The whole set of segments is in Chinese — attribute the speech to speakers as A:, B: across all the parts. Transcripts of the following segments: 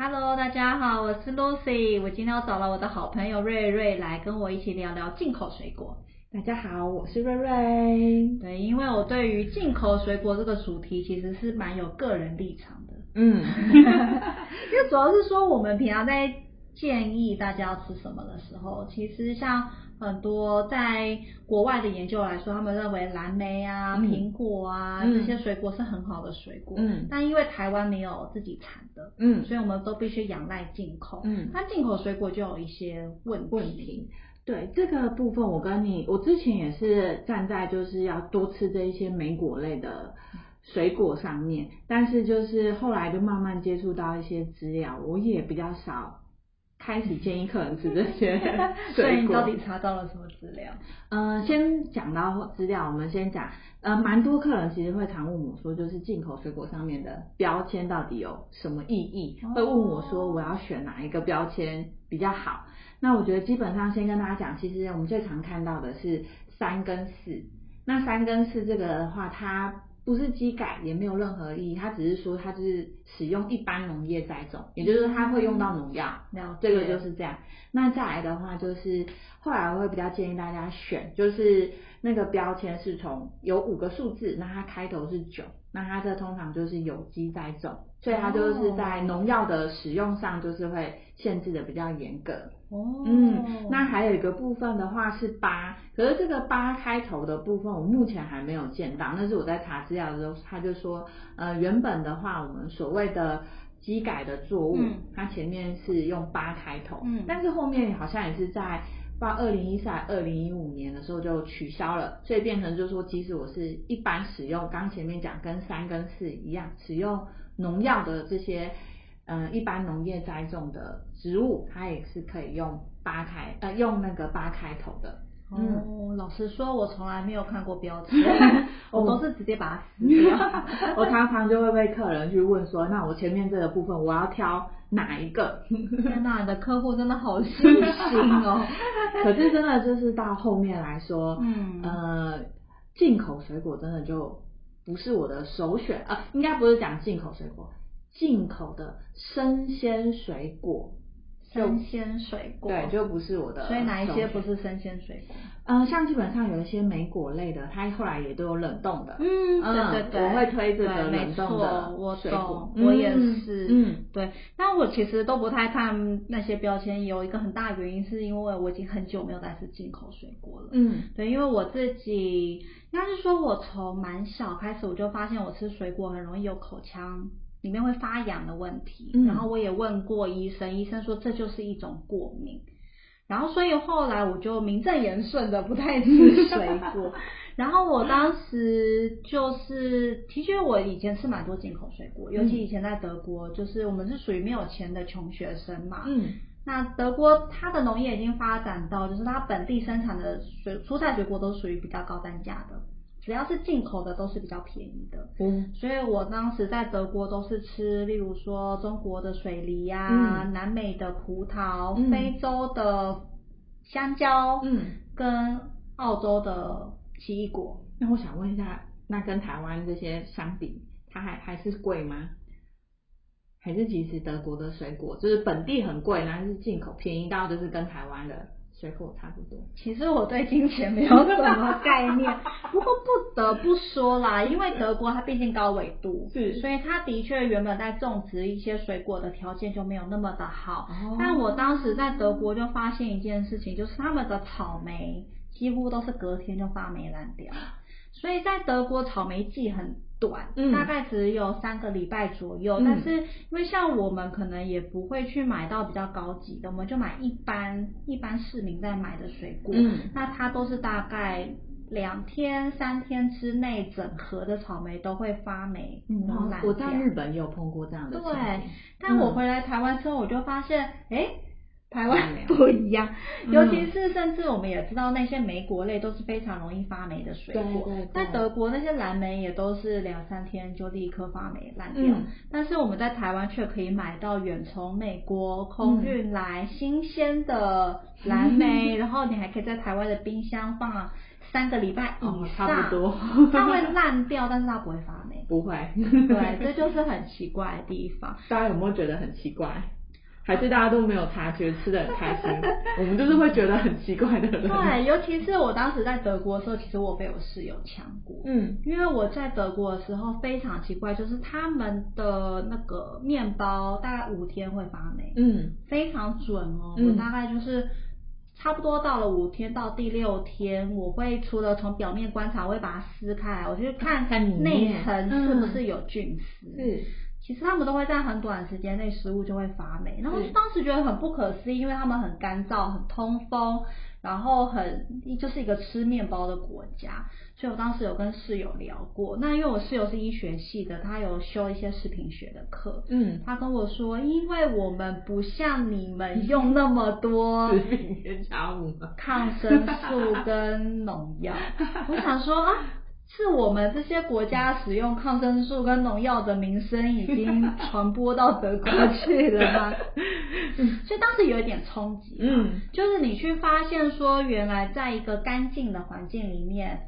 A: 大家好，我是 Lucy，我今天要找了我的好朋友瑞瑞来跟我一起聊聊进口水果。
B: 大家好，我是瑞瑞。
A: 对，因为我对于进口水果这个主题其实是蛮有个人立场的，
B: 嗯，
A: 因为主要是说我们平常在建议大家要吃什么的时候，其实像很多在国外的研究来说，他们认为蓝莓啊、
B: 嗯
A: 苹果啊、
B: 嗯
A: 这些水果是很好的水果，
B: 嗯
A: 但因为台湾没有自己产的，
B: 嗯
A: 所以我们都必须仰赖进口。
B: 嗯，
A: 那进口水果就有一些问题。
B: 问题对这个部分，我跟你，我之前也是站在就是要多吃这一些莓果类的水果上面，但是就是后来就慢慢接触到一些资料，我也比较少开始建议客人吃这 些
A: 所以
B: 水
A: 你
B: 果。
A: 到底查到了什么资料？
B: 呃，先讲到资料，我们先讲，呃，蛮多客人其实会常问我说，就是进口水果上面的标签到底有什么意义？
A: 哦
B: 会问我说，我要选哪一个标签比较好？那我觉得基本上先跟大家讲，其实我们最常看到的是三跟四。那三跟四这个的话，它不是机改，也没有任何意义，它只是说它就是使用一般农业栽种，也就是说它会用到农药。
A: 了解，
B: 这个就是这样。那再来的话，就是后来我会比较建议大家选，就是那个标签是从有五个数字，那它开头是九，那它这通常就是有机栽种，所以它
A: 哦
B: 就是在农药的使用上就是会限制的比较严格。
A: 哦，
B: 嗯，那还有一个部分的话是八，可是这个八开头的部分我目前还没有见到，那是我在查资料的时候，他就说，呃，原本的话我们所谓的机改的作物，
A: 嗯
B: 它前面是用八开头，
A: 嗯
B: 但是后面好像也是在。到二零一三、二零一五年的时候就取消了，所以变成就是说，即使我是一般使用，刚前面讲跟三跟四一样，使用农药的这些呃一般农业栽种的植物，它也是可以用八开呃用那个八开头的。嗯
A: 哦，老实说，我从来没有看过标签，
B: 哦
A: 我都是直接把它撕掉。
B: 我常常就会被客人去问说，那我前面这个部分我要挑哪一个？
A: 天哪，你的客户真的好细心 哦。
B: 可是真的就是到后面来说，
A: 嗯
B: 呃，进口水果真的就不是我的首选啊、呃应该不是讲进口水果，进口的生鲜水果，
A: 生鲜水果，
B: 对，就呃不是我的首
A: 所
B: 选。
A: 以哪一些不是生鲜水果？
B: 呃，像基本上有一些莓果类的，它后来也都有冷冻的。
A: 嗯对对对，
B: 我会推这
A: 对
B: 个
A: 没
B: 冷冻的
A: 错，我
B: 水
A: 懂
B: 果，，
A: 我也
B: 嗯
A: 是，
B: 嗯，
A: 对。但我其实都不太看那些标签，有一个很大原因是因为我已经很久没有再吃进口水果了。
B: 嗯
A: 对，因为我自己应该是说，我从蛮小开始我就发现我吃水果很容易有口腔里面会发痒的问题，
B: 嗯
A: 然后我也问过医生，医生说这就是一种过敏。然后，所以后来我就名正言顺的不太
B: 嗯
A: 吃水 果。然后我当时就是，其实我以前吃蛮多进口水果，尤其
B: 嗯
A: 以前在德国，就是我们是属于没有钱的穷学生嘛，
B: 嗯
A: 那德国它的农业已经发展到，就是它本地生产的水蔬菜水果都属于比较高单价的，只要是进口的都是比较便宜的。
B: 嗯
A: 所以我当时在德国都是吃，例如说中国的水梨呀、
B: 嗯
A: 南美的葡萄、
B: 嗯
A: 非洲的香蕉，
B: 嗯。
A: 跟澳洲的奇异果。
B: 那我想问一下，那跟台湾这些相比，它还还是贵吗？还是其实德国的水果就是本地很贵，然后是进口便宜到就是跟台湾的水果差不多？
A: 其实我对金钱没有什么概念，不过不得不说啦，因为德国它毕竟高纬度，
B: 是
A: 所以它的确原本在种植一些水果的条件就没有那么的好。
B: 哦
A: 但我当时在德国就发现一件事情，就是他们的草莓几乎都是隔天就发霉烂掉，所以在德国草莓季很短，
B: 嗯
A: 大概只有三个礼拜左右。
B: 嗯
A: 但是因为像我们可能也不会去买到比较高级的，我们就买一般一般市民在买的水果，
B: 嗯
A: 那它都是大概。两天、三天之内，整盒的草莓都会发霉，然后烂
B: 嗯我在
A: 掉
B: 日本也有碰过这样的情
A: 对
B: 形，
A: 但我
B: 嗯
A: 回来台湾之后，我就发现，哎、台湾
B: 没有
A: 不一样，
B: 嗯
A: 尤其是甚至我们也知道那些莓果类都是非常容易发霉的水果，
B: 对对对
A: 在德国那些蓝莓也都是两三天就立刻发霉烂掉，
B: 嗯
A: 但是我们在台湾却可以买到远从美国
B: 嗯
A: 空运来新鲜的蓝莓，然后你还可以在台湾的冰箱放三个礼拜以上，
B: 哦差不多
A: 它会烂掉，但是它不会发霉。
B: 不会。
A: 对，这就是很奇怪的地方。
B: 大家有没有觉得很奇怪？还是大家都没有察觉，吃的很开 心。我们就是会觉得很奇怪的人。
A: 对，尤其是我当时在德国的时候，其实我被我室友呛过。
B: 嗯，
A: 因为我在德国的时候非常奇怪，就是他们的那个面包大概五天会发霉，
B: 嗯
A: 非常准哦。
B: 嗯
A: 我大概就是差不多到了五天到第六天，我会除了从表面观察，我会把它撕开来，我去看
B: 哦看里面
A: 内层是不是
B: 嗯
A: 有菌丝。
B: 是，
A: 其实他们都会在很短的时间内食物就会发霉，然后
B: 是
A: 当时觉得很不可思议，因为他们很干燥、很通风，然后很就是一个吃面包的国家，所以我当时有跟室友聊过。那因为我室友是医学系的，他有修一些食品学的课，
B: 嗯，
A: 他跟我说，因为我们不像你们用那么多
B: 食品添加物嘛，
A: 抗生素跟农药。我想说啊，是我们这些国家使用抗生素跟农药的名声已经传播到德国去了吗？所以当时有一点冲击，
B: 嗯，
A: 就是你去发现说，原来在一个干净的环境里面。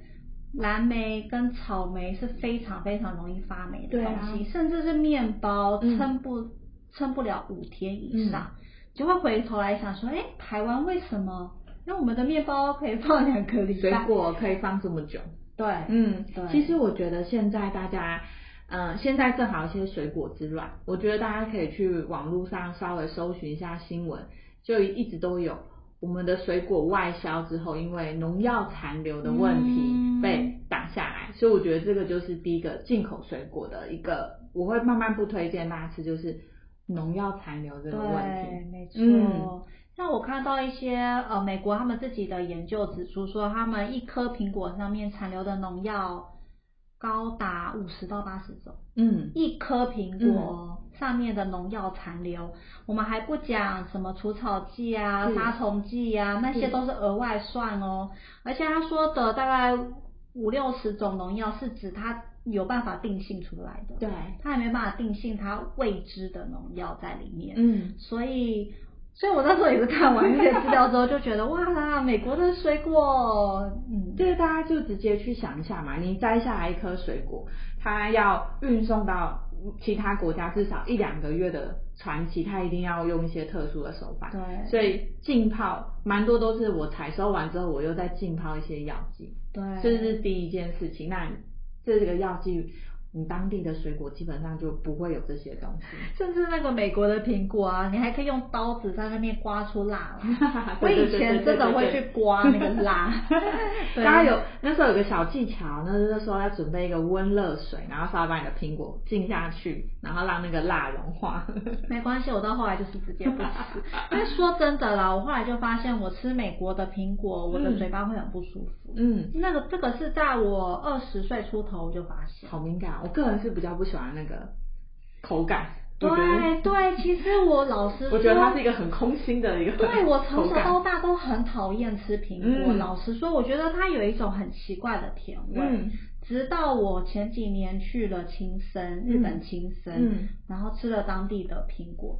A: 蓝莓跟草莓是非常非常容易发霉的
B: 对
A: 东
B: 啊
A: 西，甚至是面包
B: 嗯
A: 撑不、撑不了五天以上，就会回头来想说，哎，台湾为什么？因为我们的面包可以放两个礼
B: 水
A: 拜，
B: 果可以放这么久。
A: 对，
B: 嗯
A: 对，
B: 其实我觉得现在大家，呃，现在正好一些水果之乱，我觉得大家可以去网络上稍微搜寻一下新闻，就一直都有我们的水果外销之后，因为农药残留的问
A: 嗯
B: 题被挡下来，所以我觉得这个就是第一个进口水果的一个，我会慢慢不推荐大家吃，就是农药残留这
A: 对，
B: 个问题。
A: 没错。
B: 嗯
A: 像我看到一些呃，美国他们自己的研究指出说，他们一颗苹果上面残留的农药高达五十到八十种。
B: 嗯，
A: 一颗苹果上面的农药残留，我们还不讲什么除草剂啊、
B: 是
A: 杀虫剂啊，那些
B: 是
A: 都是额外算哦。而且他说的大概五六十种农药是指它有办法定性出来的，
B: 对，
A: 它也没办法定性它未知的农药在里面。
B: 嗯，
A: 所以，所以我那时候也是看完这些资料之后，就觉得哇啦，美国的水果，嗯，
B: 这个大家就直接去想一下嘛，你摘下来一颗水果，它要运送到其他国家至少一两个月的船期，它一定要用一些特殊的手法。
A: 对，
B: 所以浸泡蛮多都是我采收完之后，我又再浸泡一些药剂，
A: 对，
B: 这是第一件事情。那这个药剂，你当地的水果基本上就不会有这些 东西。
A: 甚至那个美国的苹果啊，你还可以用刀子在那边刮出蜡 来。我
B: 对，
A: 以前真的会去刮那个蜡 对
B: 大家有那时候有个小技巧，那就是说要准备一个温热水，然后稍微把你的苹果浸下去，然后让那个蜡融化。
A: 没关系，我到后来就是直接不吃。因为说真的啦，我后来就发现我吃美国的苹果，我的
B: 嗯
A: 嘴巴会很不舒服。
B: 嗯，
A: 那个这个是在我二十岁出头我就发现。
B: 好敏感，我个人是比较不喜欢那个口感。我觉
A: 对
B: 得
A: 对，其实我老实说，
B: 我觉得它是一个很空心的一个口感。
A: 对我从小到大都很讨厌吃苹果。
B: 嗯
A: 老实说，我觉得它有一种很奇怪的甜味。
B: 嗯
A: 直到我前几年去了青森，日本青森，
B: 嗯
A: 然后吃了当地的苹果，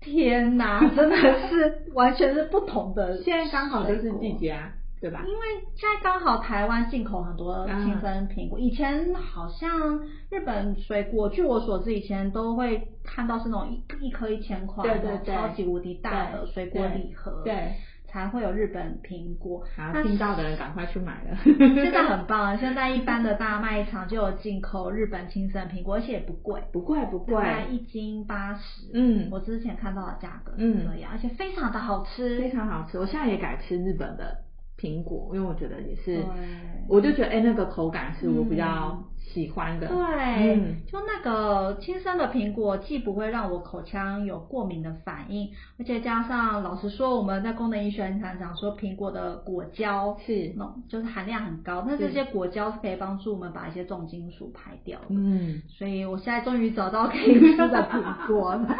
A: 天哪，真的 是完全是不同的。
B: 现在刚好就是季，节啊，对吧
A: 因？为现在刚好台湾进口很多
B: 啊
A: 青森苹果，以前好像日本水果，据我所知，以前都会看到是那种一一颗一千块，
B: 对对
A: 那种
B: 对
A: 超级无敌大的
B: 对
A: 水果
B: 对
A: 礼盒，
B: 对，
A: 才会有日本苹果。
B: 好，
A: 那
B: 听到的人赶快去买了。
A: 现在很棒，现在一般的大卖场就有进口日本青森苹果，而且也不贵，
B: 不贵不贵
A: 大，概一斤八十。
B: 嗯，
A: 我之前看到的价格是这样，而且非常的好吃。
B: 非常好吃。我现在也改吃日本的苹果，因为我觉得也是
A: 对，嗯
B: 我就觉得哎、那个口感是我比较喜欢的。
A: 对，啊
B: 嗯
A: 就那个亲生的苹果，既不会让我口腔有过敏的反应，而且加上老实说，我们在功能医学常讲说苹果的果胶
B: 是，
A: 那种就是含量很高，那这
B: 是
A: 些果胶是可以帮助我们把一些重金属排掉的。
B: 嗯，
A: 所以我现在终于找到可以吃的苹果 了。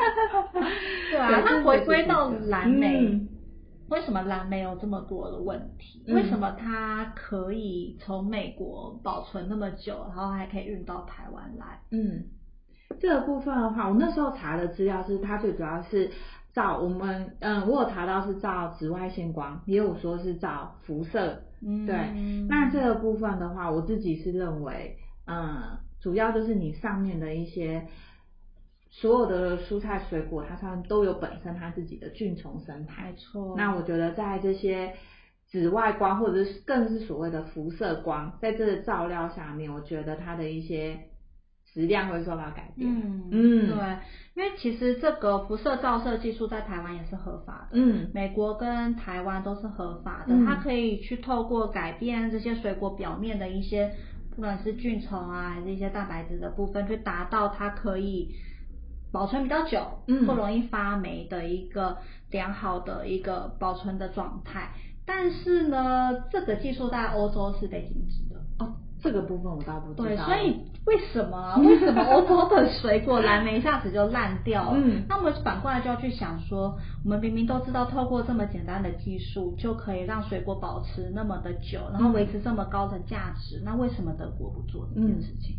A: 对啊，它回归到蓝莓，
B: 嗯
A: 为什么蓝莓有这么多的问题？
B: 嗯
A: 为什么它可以从美国保存那么久，然后还可以运到台湾来？
B: 嗯，这个部分的话，我那时候查的资料是它最主要是照我们，嗯，我有查到是照紫外线光，也有说是照辐射。
A: 嗯，
B: 对那这个部分的话，呃我自己是认为，嗯，主要就是你上面的一些所有的蔬菜水果，它上面都有本身它自己的菌虫生态
A: 没。错。
B: 那我觉得在这些紫外光，或者是更是所谓的辐射光，在这个照料下面，我觉得它的一些质量会受到改变。
A: 嗯
B: 嗯
A: 对，因为其实这个辐射照射技术在台湾也是合法的。
B: 嗯
A: 美国跟台湾都是合法的，
B: 嗯
A: 它可以去透过改变这些水果表面的一些，不管是菌虫啊，还是一些蛋白质的部分，去达到它可以保存比较久，
B: 嗯
A: 不容易发霉的一个良好的一个保存的状态。但是呢，这个技术在欧洲是被禁止的。
B: 哦，这个部分我倒不知
A: 对，
B: 道。
A: 所以为什么啊为什么欧洲的水果蓝莓一下子就烂掉了？
B: 嗯
A: 那我们反过来就要去想说，我们明明都知道，透过这么简单的技术就可以让水果保持那么的久，然
B: 嗯
A: 后维持这么高的价值，那为什么德国不做这件事情？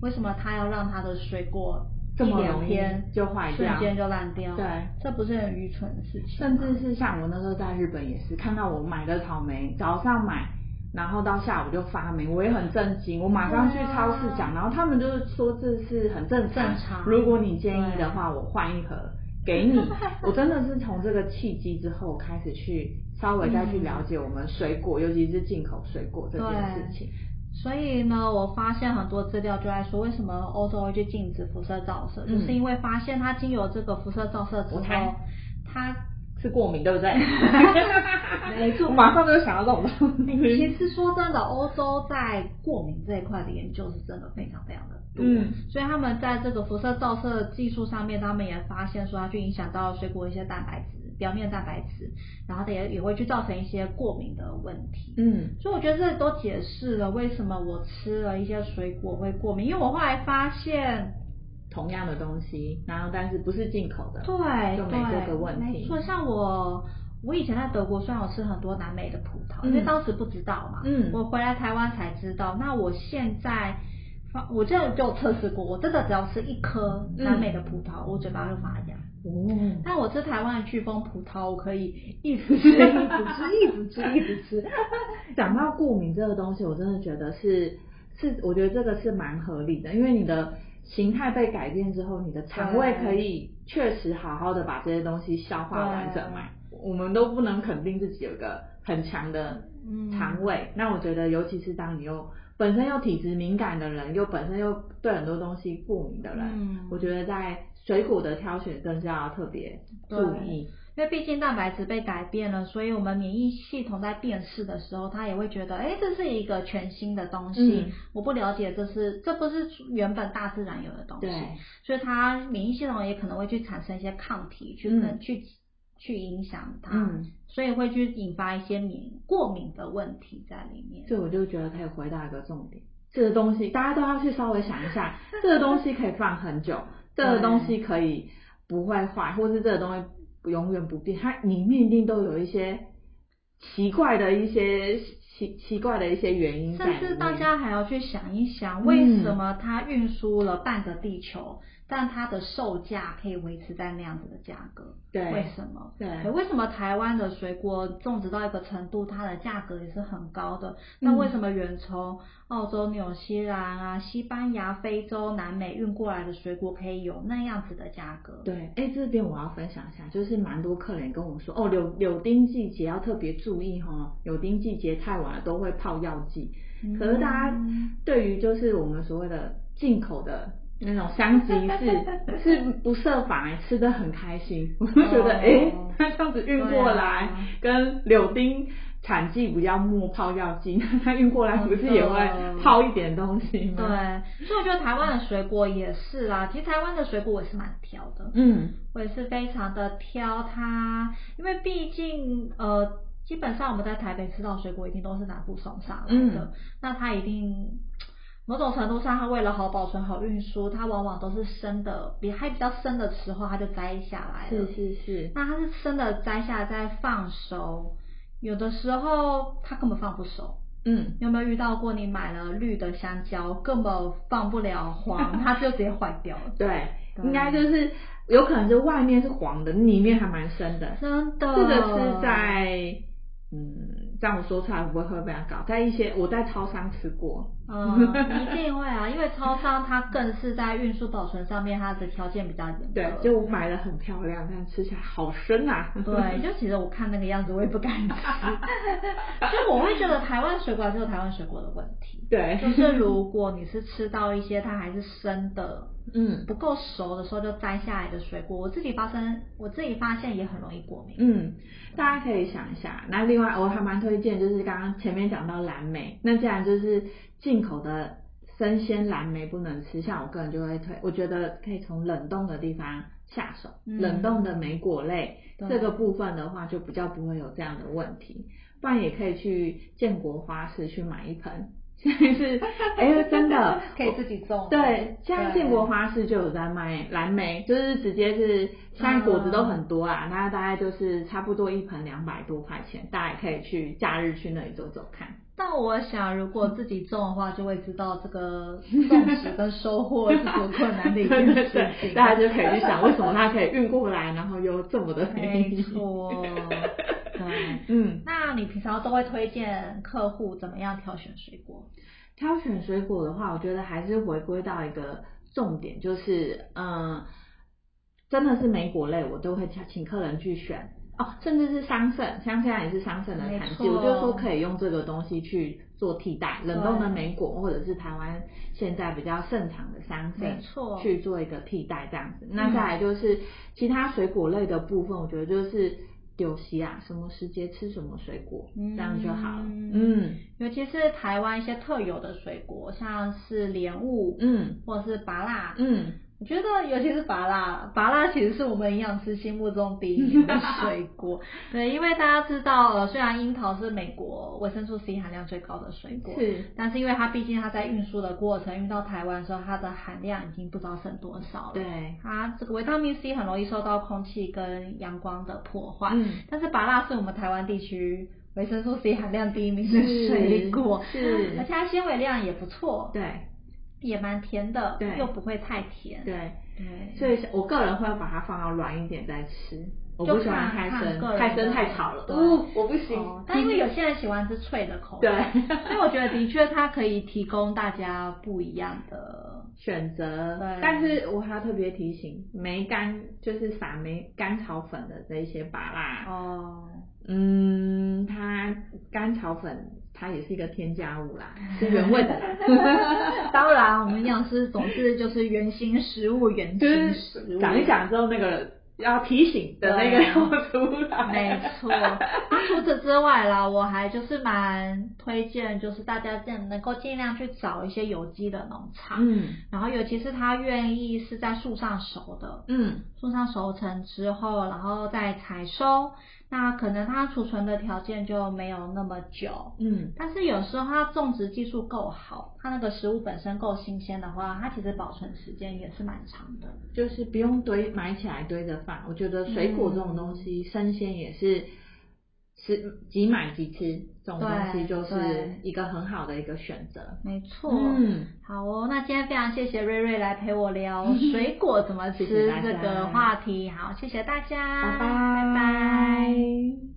A: 为什么他要让他的水果
B: 这
A: 一
B: 么
A: 两
B: 容易
A: 天
B: 就坏掉
A: 瞬间就烂掉？
B: 对，
A: 这不是很愚蠢的事情吗？
B: 甚至是像我那时候在日本也是，看到我买的草莓，早上买，然后到下午就发霉，我也很震惊。我马上去超市讲，然后他们就是说这是很正常。
A: 啊正常
B: 如果你建议的话，我换一盒给你。我真的是从这个契机之后开始去稍微再去
A: 嗯
B: 了解我们水果，尤其是进口水果这件事情。
A: 所以呢，我发现很多资料就在说，为什么欧洲会去禁止辐射照射，
B: 嗯
A: 就是因为发现它经由这个辐射照射之
B: 我
A: 后
B: 猜，
A: 它
B: 是过敏 对不对？
A: 没错
B: 我马上就想到这种东
A: 哎
B: 西。
A: 其实说真的，欧洲在过敏这一块的研究是真的非常非常的多，
B: 嗯
A: 所以他们在这个辐射照射技术上面，他们也发现说它啊去影响到水果一些蛋白质、表面蛋白质，然后它也也会去造成一些过敏的问题。
B: 嗯，
A: 所以我觉得这都解释了为什么我吃了一些水果会过敏，因为我后来发现，
B: 同样的东西，然后但是不是进口的，
A: 对
B: 就
A: 对，
B: 没这个问
A: 没
B: 题
A: 错，像我。我以前在德国，虽然我吃很多南美的葡萄，
B: 嗯
A: 因为当时不知道嘛，
B: 嗯
A: 我回来台湾才知道。那我现在发，我真的就有测试过，我真的只要吃一颗
B: 嗯
A: 南美的葡萄，我嘴巴就发痒。
B: 哦，
A: 但我吃台湾的飓风葡萄，我可以一直吃，一直吃， 一直吃，一直吃。
B: 讲到过敏这个东西，我真的觉得是是，我觉得这个是蛮合理的，因为你的形态被改变之后，你的肠胃可以确实好好的把这些东西消化完整嘛。我们都不能肯定自己有一个很强的
A: 嗯
B: 肠胃，那我觉得尤其是当你又本身又体质敏感的人，又本身又对很多东西过敏的人，
A: 嗯
B: 我觉得在水果的挑选更是要特别注意。
A: 因为毕竟蛋白质被改变了，所以我们免疫系统在辨识的时候，它也会觉得，哎，这是一个全新的东西，
B: 嗯
A: 我不了解，这是这不是原本大自然有的东西，
B: 对
A: 所以它免疫系统也可能会去产生一些抗体，去可能去去影响它，
B: 嗯
A: 所以会去引发一些敏过敏的问题在里面。
B: 所以我就觉得可以回到一个重点，这个东西大家都要去稍微想一下，这个东西可以放很久，这个东西可以不会坏，或是这个东西永远不变，它里面一定都有一些奇怪的一些奇奇怪的一些原因在里
A: 甚
B: 面。
A: 至大家还要去想一想，
B: 嗯
A: 为什么它运输了半个地球，但它的售价可以维持在那样子的价格？
B: 对
A: 为什么？
B: 对
A: 哎为什么台湾的水果种植到一个程度，它的价格也是很高的？
B: 嗯
A: 那为什么远从澳洲、纽西兰啊、西班牙、非洲、南美运过来的水果可以有那样子的价格？
B: 对，哎，这边我要分享一下，就是蛮多客人跟我说，哦，柳柳丁季节要特别注意哦，柳丁季节太晚了都会泡药剂。
A: 嗯，
B: 可是大家对于就是我们所谓的进口的那种香吉 士是不设防、欸，吃的很开心，我就觉
A: 哦
B: 得哎，它、这样子运过来，
A: 对啊
B: 跟柳丁产季比较末泡药剂，那 它运过来不是也
A: 真
B: 会
A: 的
B: 泡一点东西吗？
A: 对，所以我觉得台湾的水果也是啦。其实台湾的水果我也是蛮挑的，
B: 嗯，
A: 我也是非常的挑它，因为毕竟呃，基本上我们在台北吃到水果一定都是南部送上来的，
B: 嗯
A: 那它一定某种程度上，它为了好保存、好运输，它往往都是生的，比还比较生的时候，它就摘下来了
B: 是。是是，
A: 那它是生的摘下来再放熟，有的时候它根本放不熟。
B: 嗯，
A: 你有没有遇到过你买了绿的香蕉，根本放不了黄， 它就直接坏掉了？
B: 对，
A: 对
B: 应该就是有可能就外面是黄的，里面还蛮深的，
A: 真的，
B: 这个是在嗯，这样我说出来会不会会被人搞？在一些我在超商吃过，
A: 嗯，一定会啊，因为超商它更是在运输保存上面，它的条件比较严格。
B: 对，就我买的很漂亮，但吃起来好生啊。
A: 对， 就其实我看那个样子，我也不敢吃。就我会觉得台湾水果还是有台湾水果的问题。
B: 对
A: 就是如果你是吃到一些它还是生的，
B: 嗯
A: 不够熟的时候就摘下来的水果，我自己发生，我自己发现也很容易过敏。
B: 嗯，大家可以想一下。那另外我还蛮推荐，就是刚刚前面讲到蓝莓，那既然就是进口的生鲜蓝莓不能吃，像我个人就会推，我觉得可以从冷冻的地方下手，
A: 嗯
B: 冷冻的莓果类
A: 对
B: 这个部分的话，就比较不会有这样的问题。不然也可以去建国花市去买一盆。 现 在是，哎、真的
A: 可以自己种。
B: 对，像
A: 对
B: 建国花市就有在卖蓝莓，就是直接是现在果子都很多啦，
A: 啊
B: 那大概就是差不多一盆两百多块钱，大家也可以去假日去那里走走看。
A: 但我想，如果自己种的话，就会知道这 个种植跟收获是多困难的一件
B: 对
A: 事
B: 对对
A: 情。
B: 大家就可以去想为什么它可以运过来，然后又这么的便
A: 没
B: 宜。
A: 错，对。
B: 嗯，
A: 那你平常都会推荐客户怎么样挑选水果？
B: 挑选水果的话，我觉得还是回归到一个重点，就是嗯，真的是莓果类，我都会请请客人去选哦，甚至是桑葚，像现在也是桑葚的产季，
A: 没错
B: 我就说可以用这个东西去做替代，冷冻的莓果或者是台湾现在比较盛产的桑
A: 没
B: 葚，
A: 错，嗯
B: 去做一个替代这样子。那再来就是其他水果类的部分，我觉得就是丢西啊，什么时节吃什么水果，这样就好了。
A: 嗯尤其是台湾一些特有的水果，像是莲雾
B: 嗯。嗯
A: 或者是芭辣。
B: 嗯
A: 我觉得尤其是芭辣，芭辣其实是我们营养师心目中第一名 的水果。对，因为大家知道，呃，虽然樱桃是美国维生素 C 含量最高的水果，
B: 是，
A: 但是因为它毕竟它在运输的过程运到台湾的时候，它的含量已经不知道剩多少了。
B: 对，
A: 它这个维他命 C 很容易受到空气跟阳光的破坏，
B: 嗯，
A: 但是芭乐是我们台湾地区维生素 C 含量第一名的水果，
B: 是
A: 而且它纤维量也不错，
B: 对
A: 也蛮甜的，
B: 对
A: 又不会太甜，
B: 对，
A: 对，
B: 所以我个人会把它放到软一点再吃，我
A: 就
B: 不喜欢
A: 看
B: 太生，
A: 看个人
B: 太生
A: 的
B: 太吵了，
A: 对
B: 哦，我不行。
A: 哦，但因为有些人喜欢吃脆的口感，
B: 对
A: 所 以我觉得的确它可以提供大家不一样的，
B: 选择
A: 对，
B: 但是我还要特别提醒，梅干就是撒梅甘草粉的这一些芭辣，
A: 哦，
B: 嗯，它甘草粉它也是一个添加物 啦，是原味的啦，
A: 当然，我们营养师总是就是原型食物，原
B: 就
A: 型食
B: 是
A: 物。
B: 讲一讲之后那个要提醒的那个
A: 对
B: 要出来，
A: 没错，那除此之外啦，我还就是蛮推荐，就是大家尽能够尽量去找一些有机的农场，
B: 嗯
A: 然后尤其是他愿意是在树上熟的，
B: 嗯，
A: 树上熟成之后，然后再采收，那可能它储存的条件就没有那么久。
B: 嗯，
A: 但是有时候它种植技术够好，它那个食物本身够新鲜的话，它其实保存时间也是蛮长的。
B: 就是不用堆买起来堆着放。我觉得水果这种东西，生鲜也是是即买即吃，这种东西
A: 对
B: 就是
A: 对
B: 一个很好的一个选择。
A: 没错，
B: 嗯，
A: 好哦，那今天非常谢谢瑞瑞来陪我聊水果怎么
B: 谢谢
A: 吃
B: 大家
A: 这个话题，好，谢谢大家，
B: 拜拜
A: 拜拜。
B: 拜